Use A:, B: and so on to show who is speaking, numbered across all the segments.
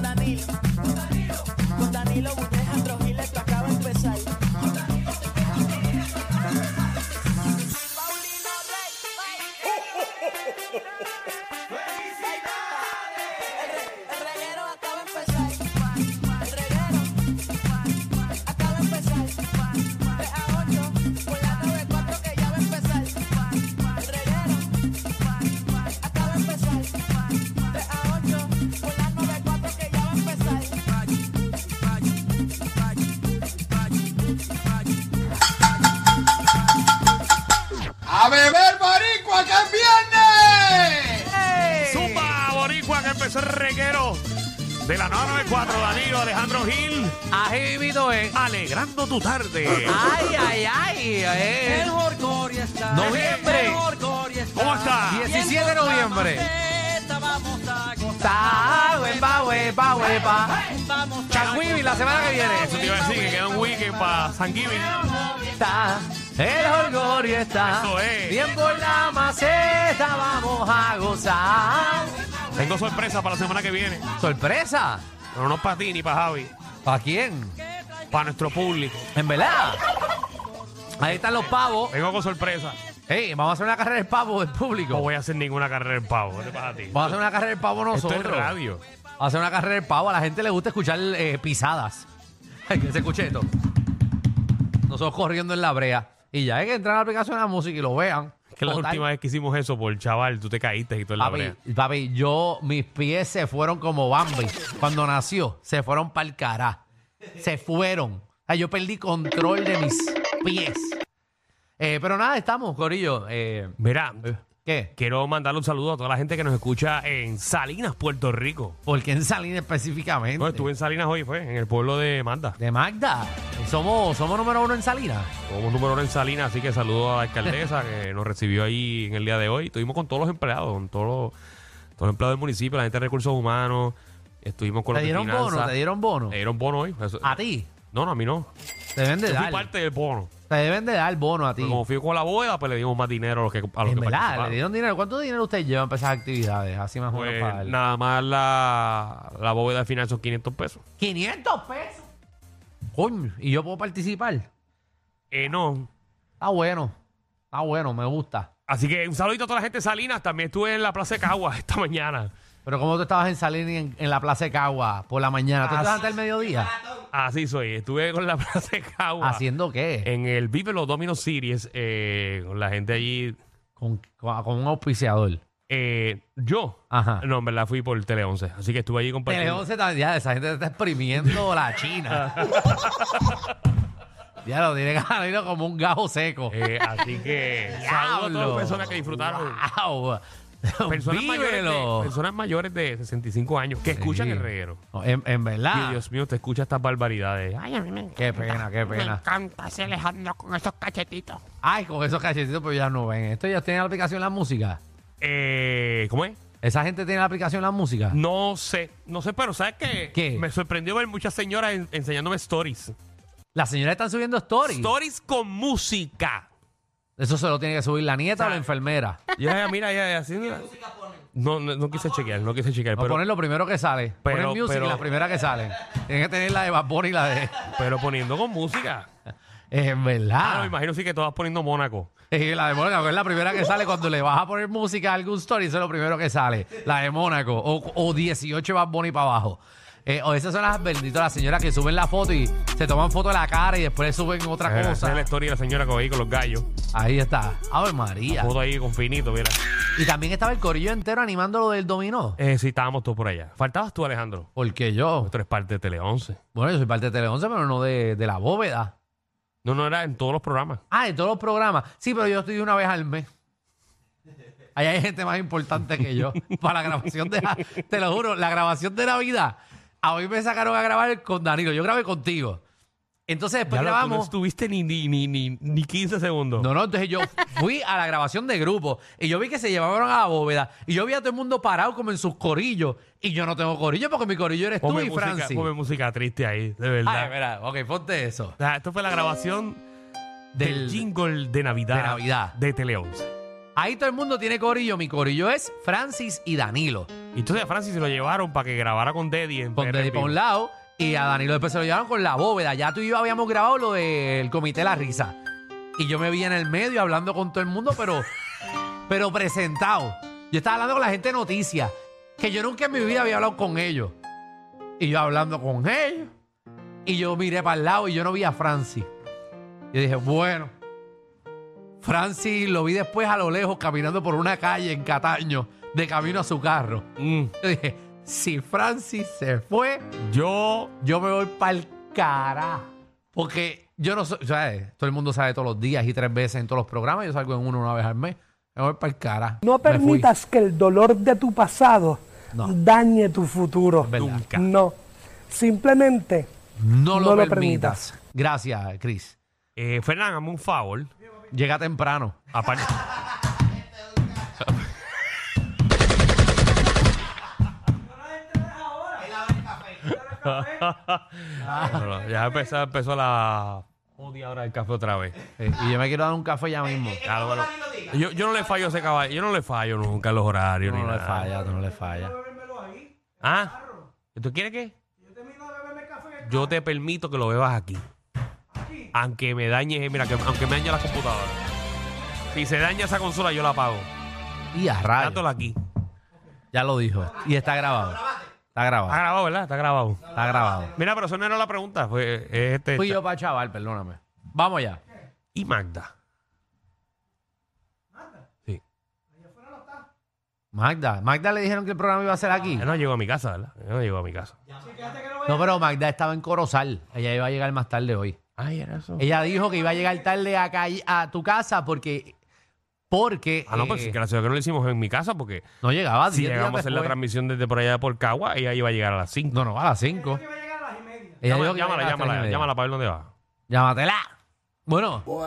A: Danilo. Con Danilo Buneja Trujillo, esto acaba de empezar. Paulino Rey. El reguero acaba de empezar. El reguero acaba de empezar. 3 a 8, por la 9-4 que ya va a empezar. El reguero acaba de empezar. 3 a 8, por la 9-4 que ya va a empezar.
B: ¡A beber maricua que es viernes!
C: Zumba, Boricua, que empezó el reguero de la 994, Danilo Alejandro Gil,
D: Ají mito es.
C: alegrando tu tarde.
D: Ay, ay, ay. eh. Noviembre.
C: ¿Cómo está?
D: 17 de noviembre. Ta, huepa, huepa, huepa. Changuibi, la semana que
C: Eso
D: viene.
C: te iba a decir que queda un weekend para San Giving.
D: Está, el orgullo está.
C: Eso es.
D: Bien por la maceta, vamos a gozar.
C: Tengo sorpresa para la semana que viene,
D: Sorpresa.
C: pero no para ti ni para Javi,
D: ¿Para quién?
C: para nuestro público.
D: En verdad. Ahí están los pavos.
C: Vengo con sorpresa.
D: Ey, vamos a hacer una carrera de pavo del
C: No
D: público.
C: voy a hacer ninguna carrera en pavo. ¿Qué te pasa a ti?
D: Vamos a hacer una carrera de pavo
C: Pues, Esto
D: nosotros.
C: es radio.
D: Vamos a hacer una carrera de pavo. A la gente le gusta escuchar eh, pisadas. Ay, que se escuche esto. Nosotros corriendo en la brea. Y ya hay que entrar a la aplicación de la música y lo vean.
C: Que la
D: Total,
C: última vez que hicimos eso por chaval, tú te caíste y todo en la brea.
D: papi, papi, yo, mis pies se fueron como Bambi. Cuando nació, se fueron para el cará. Se fueron. Ay, yo perdí control de mis pies. Eh, pero nada, estamos, Corillo. Eh,
C: Mira,
D: ¿Qué?
C: quiero mandarle un saludo a toda la gente que nos escucha en Salinas, Puerto Rico.
D: ¿Por qué en Salinas específicamente?
C: No, estuve en Salinas hoy, fue, en el pueblo de Manda.
D: De Magda. Somos, somos número uno en Salinas.
C: Somos número uno en Salinas, así que saludo a la alcaldesa que nos recibió ahí en el día de hoy. Estuvimos con todos los empleados, con todos los, todos los empleados del municipio, la gente de recursos humanos. Estuvimos con
D: ¿Te
C: los de
D: dieron
C: finanzas.
D: bono? ¿Te dieron bono?
C: Me dieron bono hoy. Eso-
D: ¿A ti?
C: No, no, a mí no.
D: Te deben de
C: Eh, Yo fui
D: dar.
C: parte del bono.
D: Te deben de dar bono a ti.
C: Pero Como fui con la boda, pues le dimos más dinero a los que, a los
D: En
C: que
D: verdad, le
C: participaron.
D: dieron dinero. ¿Cuánto dinero usted lleva para esas actividades? Así más o menos
C: Pues,
D: para darle.
C: nada más la, la bóveda final son 500 pesos.
D: 500 pesos. Coño, ¿y yo puedo participar?
C: Eh, no.
D: Está bueno. Está bueno, me gusta.
C: Así que un saludito a toda la gente de Salinas. También estuve en la Plaza de Cagua esta mañana.
D: Pero como tú estabas en Salinas y en, en la Plaza de Cagua por la mañana, ¿tú
C: Así-
D: estabas hasta el mediodía?
C: Así soy. Estuve con la Plaza de Cagua.
D: ¿Haciendo qué?
C: en el Vive los Domino Series, eh, con la gente allí.
D: Con, con- con un auspiciador.
C: eh, yo,
D: Ajá.
C: no, en verdad fui por Tele 11, así que estuve allí
D: Tele
C: compartiendo.
D: 11 está- ya, esa gente te está exprimiendo la china. ya lo tiene ganado como un gajo seco.
C: Eh, así que saludos a todas las personas que disfrutaron.
D: Wow.
C: Personas mayores, de,
D: Vívelo.
C: personas mayores de 65 años que escuchan
D: Sí. Ah.
C: el reguero.
D: No, en, en
C: Y
D: verdad.
C: Dios mío, te escucha estas barbaridades.
E: Ay, a mí me encanta.
D: Qué pena, qué
E: Me
D: pena.
E: encanta ese Alejandro con esos cachetitos.
D: Ay, con esos cachetitos, pero ya no ven. Esto ya tiene la aplicación la música.
C: Eh, ¿Cómo es?
D: Esa gente tiene la aplicación la música.
C: No sé, no sé, pero ¿sabes qué?
D: ¿Qué?
C: Me sorprendió ver muchas señoras en- enseñándome stories.
D: Las señoras están subiendo stories.
C: Stories con música.
D: Eso se lo tiene que subir la nieta o la
C: ¿Sabe?
D: enfermera.
C: Ya, ya, "Ah, mira, ya, ya, así. No, no, no quise chequear, no quise chequear.
D: No
C: pero,
D: ponen lo primero que sale.
C: pero-
D: ponen music
C: pero-
D: y la primera que sale. Tienen que tener la de Bad Bunny y la de.
C: pero poniendo con música.
D: En
C: Ah,
D: verdad.
C: me imagino sí que todas poniendo Mónaco.
D: Eh, la de Mónaco es la primera que sale cuando le vas a poner música a algún story, eso es lo primero que sale. La de Mónaco. O, o 18 Bad Bunny para abajo. Eh, o esas son las benditas, las señoras que suben la foto y se toman foto de la cara y después le suben otra
C: Esa es la
D: cosa.
C: historia de la señora con ahí con los gallos.
D: Ahí está. Ave María.
C: Foto ahí con finito, mira.
D: Y también estaba el corillo entero animando lo del dominó.
C: Eh, sí, estábamos todos por allá. Faltabas tú, Alejandro.
D: Porque yo,
C: Pues tú eres parte de Tele 11.
D: bueno, yo soy parte de Tele 11, pero no de, de la bóveda.
C: No, no era en todos los programas.
D: Ah, de todos los programas. Sí, pero yo estoy una vez al mes. Ahí hay gente más importante que yo. Para la grabación de la, te lo juro, la grabación de Navidad. A mí me sacaron a grabar con Danilo. Yo grabé contigo. Entonces después
C: Ya lo, tú no
D: grabamos.
C: estuviste ni, ni, ni, ni, ni 15 segundos.
D: No, no, entonces yo fui a la grabación de grupo y yo vi que se llevaron a la bóveda y yo vi a todo el mundo parado como en sus corillos y yo no tengo corillo porque mi corillo eres tú
C: Ponme
D: y
C: música,
D: Francis.
C: ponme música triste ahí, de verdad.
D: Ay, mira, ok, ponte eso.
C: O sea, esto fue la grabación del,
D: Del-
C: jingle de Navidad
D: de Navidad.
C: de Tele 11.
D: Ahí todo el mundo tiene corillo. Mi corillo es Francis y Danilo.
C: Y entonces a Francis se lo llevaron para que grabara con Deddy en
D: Con
C: PR
D: Deddy
C: en
D: para un
C: vivo.
D: lado y a Danilo después se lo llevaron con la bóveda. Ya tú y yo habíamos grabado lo del Comité de la Risa. Y yo me vi en el medio hablando con todo el mundo, pero, pero presentado. Yo estaba hablando con la gente de noticias, que yo nunca en mi vida había hablado con ellos. Y yo hablando con ellos. Y yo miré para el lado y yo no vi a Francis. Y dije, bueno, Francis lo vi después a lo lejos caminando por una calle en Cataño, de camino a su carro.
C: Mm.
D: Yo dije, si Francis se fue,
C: Yo
D: yo me voy para el cara. Porque yo no soy, ¿sabes? Todo el mundo sabe todos los días y tres veces en todos los programas. Yo salgo en uno una vez al mes. Me voy para el cara.
F: No
D: Me fui.
F: permitas que el dolor de tu pasado
D: No.
F: dañe tu futuro.
D: Es verdad.
C: Nunca.
F: No. Simplemente
D: No lo,
F: No lo
D: permitas. Gracias, Chris.
C: Eh, Fernán, hazme un favor.
D: Llega temprano.
C: Aparte.
D: Ah.
C: No, no, ya empezó, empezó la odia ahora del café otra vez.
D: Eh, y yo me quiero dar un café ya mismo.
C: Ya, lo- yo, yo no le fallo a ese caballo, yo no le fallo nunca en los horarios
D: Tú
C: ni
D: no le
C: nada.
D: falla, tú no le falla.
C: ¿Ah? ¿Tú quieres qué? Yo te permito que lo bebas aquí. Aunque me dañes, eh, mira, que, aunque me dañe la computadora. Si se daña esa consola, yo la apago.
D: Y a rayos.
C: Dátela aquí.
D: Ya lo dijo. Y está grabado. Está
C: Está
D: grabado.
C: grabado, ¿verdad? Está grabado.
D: Está grabado.
C: Mira, pero eso no era la pregunta. Fue eh, este.
D: Fui yo para chaval, perdóname. Vamos ya.
C: Y Magda. Sí.
D: Magda. Magda le dijeron que el programa iba a ser aquí.
C: Ella no llegó a mi casa, ¿verdad? Ella no llegó a mi casa.
D: No, pero Magda estaba en Corozal. Ella iba a llegar más tarde hoy.
C: Ay, era eso.
D: Ella dijo que iba a llegar tarde a, calle- a tu casa porque. Porque.
C: Ah, no,
D: eh,
C: pues sí, gracias a Dios que no lo hicimos en mi casa porque
D: no llegaba.
C: si
D: diez días
C: llegamos a hacer la
D: después.
C: transmisión desde por allá de Porcagua, ella iba a llegar a las 5.
D: No, no, a las 5. Ella dijo que iba a llegar
C: Llámala, llámala,
D: a las tres y
C: llámala,
D: media.
C: llámala para ver dónde va.
D: Llámatela. Bueno,
C: Que
D: Yo
C: por,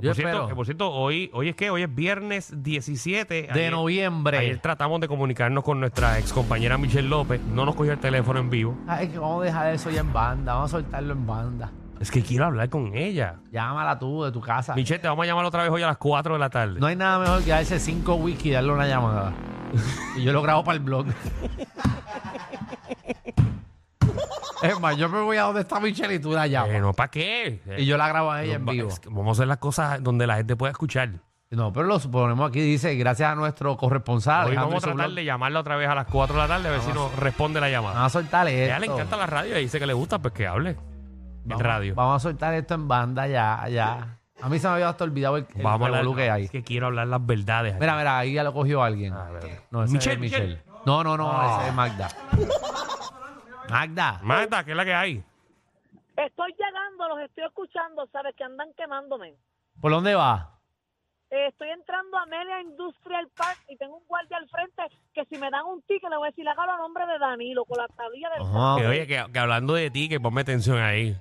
C: cierto,
D: espero.
C: que por cierto, hoy, hoy es que hoy es viernes 17
D: de noviembre.
C: Ayer tratamos de comunicarnos con nuestra ex compañera Michelle López. No nos cogió el teléfono en vivo.
D: Ay, que vamos a dejar eso ya en banda. Vamos a soltarlo en banda.
C: Es que quiero hablar con ella.
D: Llámala tú de tu casa.
C: Michelle, te vamos a llamar otra vez hoy a las 4 de la tarde.
D: No hay nada mejor que darse cinco whisky y darle una llamada. y yo lo grabo para el blog. es más, yo me voy a donde está Michelle y tú la llamas.
C: Eh, no, ¿para qué? Eh,
D: Y yo la grabo a ella en
C: va-
D: vivo.
C: es que vamos a hacer las cosas donde la gente pueda escuchar.
D: No, pero lo ponemos aquí, dice, gracias a nuestro corresponsal.
C: Hoy
D: Alejandro
C: vamos a tratar
D: Soblón.
C: de llamarla otra vez a las 4 de la tarde a ver si nos responde la llamada.
D: Vamos a soltar
C: A
D: Ah, esto.
C: ella le encanta la radio y dice que le gusta, pues que hable. en radio.
D: Vamos a soltar esto en banda ya, ya. A mí se me había hasta olvidado el, el
C: Vamos a
D: revolú
C: hablar.
D: que hay.
C: Es que quiero hablar las verdades.
D: Mira, mira, ahí ya lo cogió alguien.
C: Ah, mira.
D: No, ese
C: Michelle,
D: es Michelle.
C: Michelle.
D: No, no, no,
C: Ah.
D: ese es Magda. Magda.
C: Magda, ¿qué es la que hay?
G: Estoy llegando, los estoy escuchando, sabes que andan quemándome.
D: ¿Por dónde va?
G: Eh, estoy entrando a Amelia Industrial Park y tengo un guardia al frente que si me dan un ticket le voy a decir, hágalo a nombre de Danilo con la tablilla del...
D: Ajá.
C: Que, oye, que, que hablando de ti, que ponme atención ahí.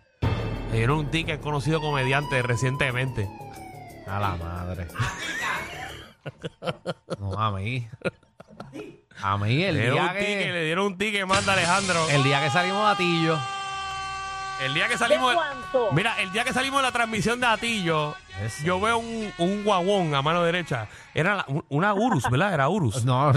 C: Le dieron un ticket conocido comediante recientemente.
D: A la madre. No, a mí. A mí el
C: le, dieron
D: día
C: un ticket,
D: que...
C: le dieron un ticket, manda Alejandro. El,
D: El día que salimos a Tillo.
C: día que salimos.
G: ¿De cuánto?
C: Mira, el día que salimos de la transmisión de Atillo,
D: Ese.
C: yo veo un, un guagón a mano derecha. Era la- un- una Urus, ¿verdad? Era Urus.
D: No, eh,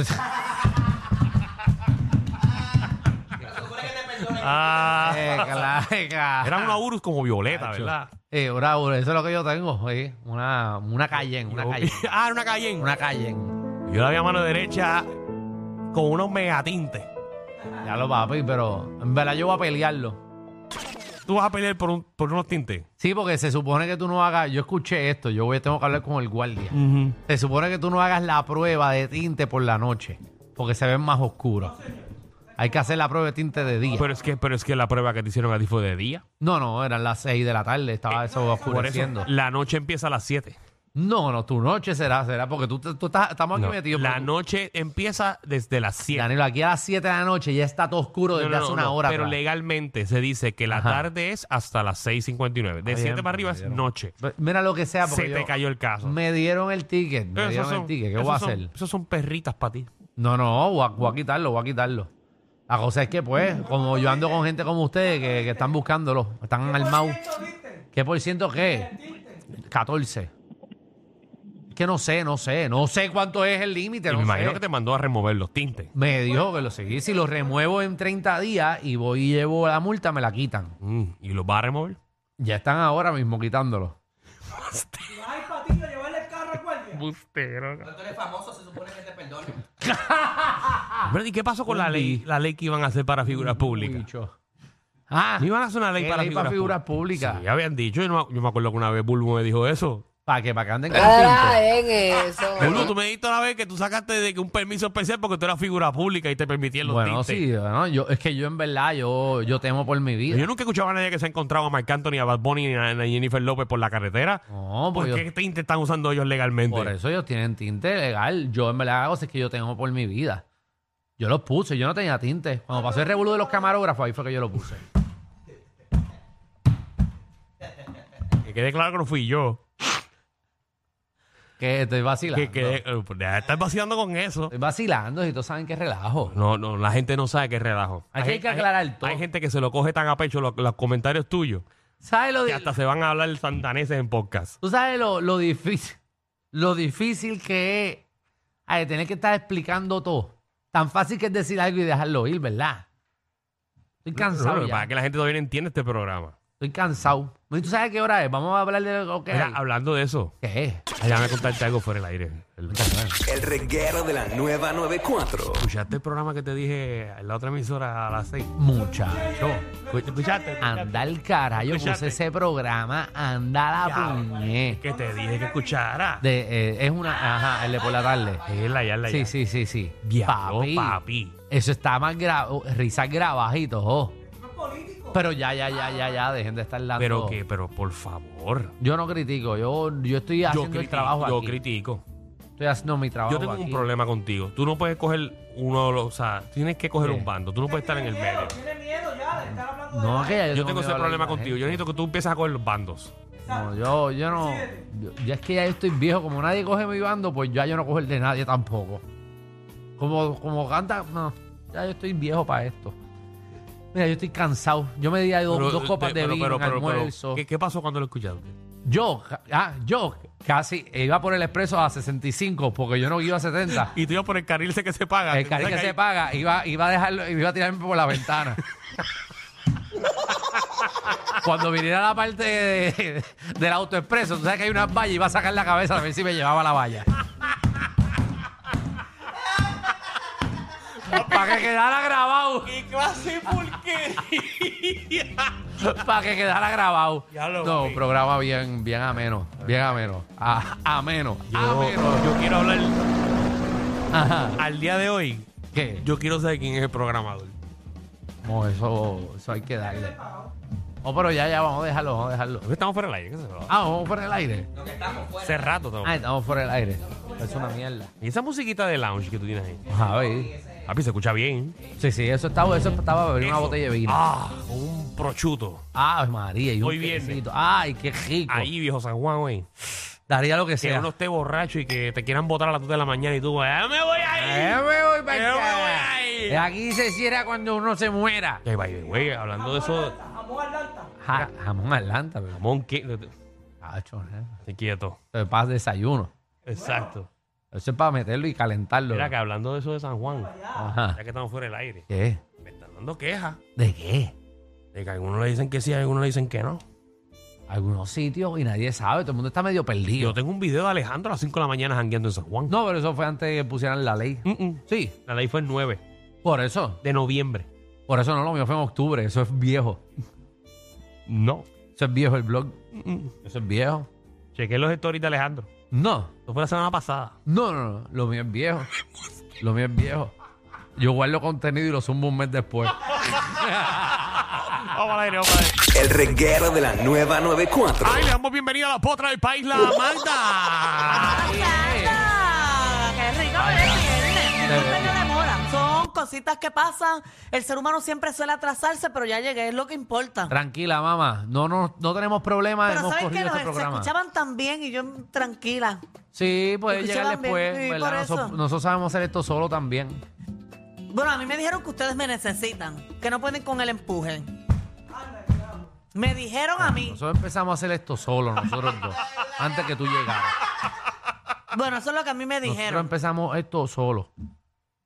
C: Ah,
D: Eh, claro, claro.
C: era una Urus como violeta,
D: Chacho.
C: ¿verdad?
D: Eh, una Urus, eso es lo que yo tengo, eh. Una, una Cayenne, una Cayenne.
C: ah, era una calle.
D: Una Cayenne.
C: Yo la vi a mano derecha con unos megatintes.
D: Ya lo papi, pero en verdad yo voy a pelearlo.
C: Tú vas a pelear por, un- por unos tintes.
D: Sí, porque se supone que tú no hagas, yo escuché esto, yo voy, tengo que hablar con el guardia. Se supone que tú no hagas la prueba de tinte por la noche, porque se ven más oscuros. Hay que hacer la prueba de tinte de día.
C: Pero es que, pero es que la prueba que te hicieron a ti fue de día.
D: No, no, eran las 6 de la tarde, estaba eso
C: Por eso,
D: oscureciendo.
C: la noche empieza a las 7.
D: No, no, tu noche será, será, porque tú, tú estás, estamos aquí metidos.
C: la
D: pero tú-
C: noche empieza desde las 7.
D: Danilo, aquí a las 7 de la noche ya está todo oscuro desde hace una hora.
C: pero
D: atrás.
C: legalmente se dice que la
D: Ajá. Ah,
C: tarde es hasta las 6.59. De
D: Está
C: 7
D: bien,
C: para arriba es
D: pero yo no-
C: noche.
D: Pero Mira lo que sea, porque
C: Se
D: yo-
C: te cayó el caso.
D: Me dieron el ticket, me
C: Esos
D: dieron el
C: son-
D: ticket, ¿qué
C: esos
D: voy a
C: son-
D: hacer?
C: Esos son perritas para ti.
D: No, no, voy a, voy a quitarlo, voy a quitarlo. La cosa es que, pues, como yo ando con gente como ustedes que, que están buscándolo, están armados. ¿Qué por ciento qué? 14. Que no sé, no sé. No sé cuánto es el límite.
C: Y
D: No
C: me imagino
D: sé.
C: que te mandó a remover los tintes.
D: Me dijo que lo seguí. Si lo remuevo en 30 días y voy y llevo la multa, me la quitan.
C: Mm, ¿Y los vas a remover?
D: Ya están ahora mismo quitándolo. Ah,
C: Pero, ¿y qué pasó con la ley, la ley que iban a hacer para figuras públicas?
D: Bicho. Ah,
C: No iban a hacer una ley
D: ¿qué
C: para
D: ley
C: figuras,
D: para figuras públicas?
C: Sí, habían dicho. Yo, no- yo me acuerdo que una vez Bulbo me dijo eso.
D: para que, para que anden calentitos.
A: en eso.
C: Bulbo, tú me dijiste una vez que tú sacaste de que un permiso especial porque tú eras figura pública y te permitían los
D: Bueno,
C: tintes.
D: sí, bueno, yo, es que yo en verdad, yo, yo temo por mi vida.
C: Yo nunca he escuchado a nadie que se ha encontrado a Marc Anthony, a Bad Bunny ni a, ni a Jennifer López por la carretera.
D: No,
C: ¿Por
D: pues yo-
C: qué tinte están usando ellos legalmente?
D: Por eso ellos tienen tinte legal. Yo en verdad hago es que yo tengo por mi vida. Yo los puse, yo no tenía tinte. Cuando pasó el revuelo de los camarógrafos, ahí fue que yo lo puse.
C: Que quede claro que no fui yo.
D: Que estoy vacilando.
C: Que quede, eh, pues, deja de estar vacilando con eso.
D: Estoy vacilando, si todos saben que es relajo.
C: No, no, la gente no sabe qué relajo.
D: Aquí hay
C: gen-
D: que aclarar todo.
C: Hay gente que se lo coge tan a pecho los, los comentarios tuyos
D: ¿Sabes lo,
C: que
D: di-
C: hasta se van a hablar santaneses en podcast.
D: ¿Tú sabes lo, lo difícil? Lo difícil que es ay, de tener que estar explicando todo. Tan fácil que es decir algo y dejarlo ir, ¿verdad? Estoy
C: No,
D: cansado.
C: lo que
D: ya.
C: pasa es que la gente todavía no entiende este programa.
D: Estoy cansado. ¿Y tú sabes qué hora es? Vamos a hablar de lo que
C: Mira,
D: hay.
C: hablando de eso,
D: ¿Qué es?
C: ay, déjame contarte algo fuera del aire. El-
H: El reguero de la nueva 94.
C: ¿Escuchaste el programa que te dije en la otra emisora a las seis?
D: Muchacho.
C: ¿Escu- ¿Escuchaste?
D: Anda el carajo, puse
C: Escuchaste.
D: ese programa, anda la
C: Ya.
D: puñe.
C: Que te dije que escuchara.
D: De, eh, es una, ajá, el de por la tarde.
C: Él allá, él allá.
D: Sí, sí, sí, sí.
C: Ah, Diablo,
D: papi.
C: papi.
D: Eso está más grave, risas grabajitos, oh. Pero ya, ya, ya, ya, ya, dejen de estar dando.
C: Pero que, pero por favor.
D: Yo no critico, yo, yo estoy haciendo el trabajo
C: yo
D: aquí.
C: critico.
D: Estoy haciendo mi trabajo
C: Yo tengo un
D: aquí.
C: problema contigo. Tú no puedes coger uno de los. O sea, tienes que coger
D: ¿Qué?
C: un bando. Tú no puedes estar en el medio.
D: No, que ya
C: Yo tengo ese
D: miedo a la
C: problema
D: gente.
C: contigo. Yo necesito que tú empieces a coger los bandos.
D: No, yo, yo no. yo- ya es que ya yo estoy viejo. Como nadie coge mi bando, pues ya yo no cojo el de nadie tampoco. Como, como canta. No, ya yo estoy viejo para esto. Mira, yo estoy cansado. Yo me di ahí dos, dos copas de,
C: pero-
D: vino,
C: pero-
D: en
C: pero- pero,
D: almuerzo.
C: ¿qué, qué pasó cuando lo escuchaste?
D: yo, ca- ah, yo casi iba por el expreso a 65 porque yo no iba a 70.
C: Y tú ibas por el carril ese que se paga.
D: El cariño que
C: Ahí-
D: se paga iba, iba a dejarlo, iba a tirarme por la ventana. Cuando viniera la parte de- de- del autoexpreso, tú sabes que hay unas vallas, iba a sacar la cabeza a ver si me llevaba la valla. Para que quedara grabado.
C: ¿Qué clase porquería?
D: Para que quedara grabado.
C: Ya lo
D: no,
C: vi.
D: programa bien, bien ameno. Bien ameno. A- ameno.
C: Yo,
D: Ameno.
C: yo quiero hablar
D: Ajá.
C: al día de hoy.
D: ¿Qué?
C: Yo quiero saber quién es el programador.
D: No, eso, eso hay que darle. Oh, pero ya, ya, vamos a dejarlo, vamos a dejarlo.
C: Estamos fuera del aire. ¿qué se va?
D: Ah, vamos por el aire.
C: Hace rato Ah, estamos.
D: Ah, estamos por el aire. Es una mierda.
C: Y esa musiquita de lounge que tú tienes ahí.
D: A ver.
C: Papi, se escucha bien.
D: Sí, sí, eso estaba, eso estaba para beber una
C: Eso.
D: botella de vino.
C: Ah, un prochuto.
D: Ay, María, y un
C: Hoy viernes.
D: quesito. Ay, qué rico.
C: Ahí, viejo San Juan, güey.
D: Daría lo que
C: Que
D: sea.
C: uno esté borracho y que te quieran botar a las 2 de la mañana y tú, ¡Ah, me voy
D: Eh,
C: ahí!
D: me voy pa'
C: Yo me
D: acá.
C: voy ahí.
D: Eh, Aquí se cierra cuando uno se muera.
C: Que by the way, hablando de eso,
D: Ja, jamón Atlanta, pero.
C: jamón, que-
D: Cacho, eh.
C: Te quieto.
D: Eso es para desayuno.
C: Exacto.
D: Eso es para meterlo y calentarlo.
C: Mira que hablando de eso de San Juan,
D: Ajá.
C: ya que estamos fuera del aire,
D: ¿Qué?
C: me están dando quejas.
D: ¿De qué?
C: De que algunos le dicen que sí, algunos le dicen que no.
D: Algunos sitios y nadie sabe. Todo el mundo está medio
C: Yo
D: perdido.
C: tengo un video de Alejandro a las 5 de la mañana jangueando en San Juan.
D: No, pero eso fue antes de que pusieran la ley.
C: Mm, mm.
D: Sí,
C: La ley fue el 9
D: por eso.
C: de noviembre.
D: Por eso no, lo mío fue en octubre. Eso es viejo.
C: No.
D: Eso es viejo el blog.
C: Mm, mm.
D: Eso es viejo.
C: Chequé los stories de Alejandro.
D: No,
C: Eso fue la semana pasada.
D: no, no, no. Lo mío es viejo. Lo mío es viejo. Yo guardo contenido y lo sumo un mes después.
C: Vamos al aire, vamos al aire.
H: El reguero de la nueva 94.
C: ¡Ay, le damos bienvenida a la potra del país, la Amanda!
I: ¡Qué rico me
D: Qué
I: tiene! Eso
D: rico.
I: me demora. Son cositas que pasan. El ser humano siempre suele atrasarse, pero ya llegué, es lo que importa.
D: Tranquila, mamá. No, no, no tenemos problemas.
I: Pero
D: Hemos
I: ¿sabes
D: corrido
I: que
D: este
I: Nos, se
D: programa.
I: escuchaban tan bien y yo tranquila.
D: Sí, puede
I: escuchaban
D: llegar después.
I: bien, sí,
D: ¿verdad?
I: por eso.
D: Nosotros, nosotros sabemos hacer esto solo también.
I: Bueno, a mí me dijeron que ustedes me necesitan, que no pueden con el empuje. Me dijeron a mí.
D: Nosotros empezamos a hacer esto solo, nosotros dos. antes que tú llegaras.
I: Bueno, eso es lo que a mí me
D: Nosotros
I: dijeron.
D: empezamos esto solo.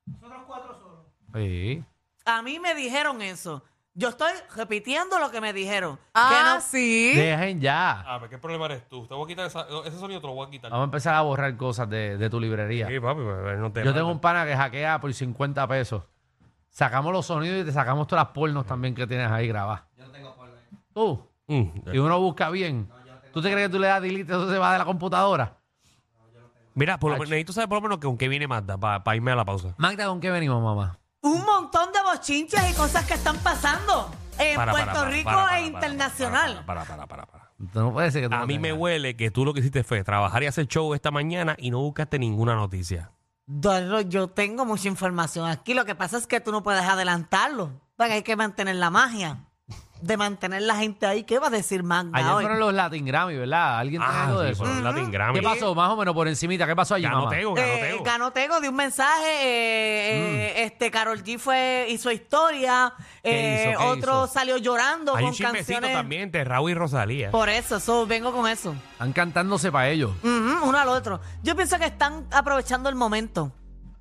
D: Nosotros cuatro solos. Sí.
I: A mí me dijeron eso. Yo estoy repitiendo lo que me dijeron.
J: Ah,
I: que
J: sí.
D: Dejen ya.
C: Ah, pero ¿qué problema eres tú? Te voy a quitar esa- ese sonido, te lo voy a quitar.
D: Vamos a empezar a borrar cosas de, de tu librería.
C: Sí, papi, pues, no te
D: Yo tengo un
C: mames.
D: pana que hackea por 50 pesos. Sacamos los sonidos y te sacamos todas las pornos también que tienes ahí grabadas. Yo no tengo porno. Tú.
C: Mm.
D: Y uno busca bien. ¿Tú te crees que tú le das delete eso se va de la computadora?
C: Mira, por lo menos, necesito saber por lo menos con qué viene Magda para irme a la pausa.
D: Magda, ¿con qué venimos, mamá?
I: no- un montón de bochinches y cosas que están pasando en
C: Para, para,
I: Puerto
C: para,
I: Rico
C: para, para, para,
I: e internacional.
C: Para, para, para, para. para.
D: Tú no puede ser que tú
C: A
D: no
C: mí me
D: tengas.
C: huele que tú lo que hiciste fue trabajar y hacer show esta mañana y no buscaste ninguna noticia.
I: Eduardo, yo tengo mucha información aquí. Lo que pasa es que tú no puedes adelantarlo. Porque hay que mantener la magia de mantener la gente ahí. ¿Qué va a decir Magda
D: Ayer
I: hoy?
D: fueron los Latin Grammy, ¿verdad? ¿Alguien tiene algo de
C: Ah, sí,
D: eso?
C: por el Latin Grammy.
D: ¿Qué pasó? Más o menos por encimita. ¿Qué pasó allí,
C: Ganó
D: mamá?
C: Tego, ganó
I: Eh,
C: Tego.
I: ganó Tego de un mensaje. eh,
C: Mm.
I: eh, este Carol G fue, hizo historia.
D: ¿Qué
I: eh,
D: hizo? ¿Qué
I: otro
D: hizo?
I: salió llorando
C: Hay un
I: con
C: chismecito
I: canciones. Pues,
C: también de Raúl y Rosalía.
I: Por eso, so, vengo con eso.
D: Están cantándose para ellos.
I: Ujú, uno al otro. Yo pienso que están aprovechando el momento.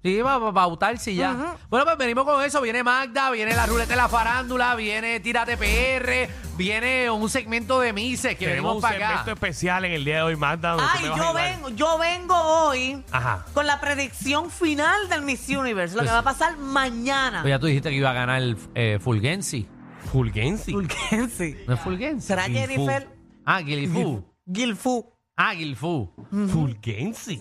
D: Sí, para pautarse y ya. Bueno, pues venimos con eso. Viene Magda, viene la ruleta de la farándula, viene Tírate PR, viene un segmento de Mises que
C: Tenemos
D: venimos
C: un
D: para
C: segmento
D: acá.
C: especial en el día de hoy, Magda. donde tú
I: Ay,
C: me vas a
I: yo
C: ayudar.
I: vengo, yo vengo hoy
C: Ajá.
I: con la predicción final del Miss Universe, lo que
D: Pues-
I: va a pasar mañana.
D: Pues ya tú dijiste que iba a ganar eh, Fulgensi.
C: Fulgensi.
I: Fulgensi.
D: ¿No es Fulgensi?
I: ¿Será Jennifer
D: Ah, Gilfú.
I: Gilfu?
D: Ah, Gilfú.
C: Fulgensi.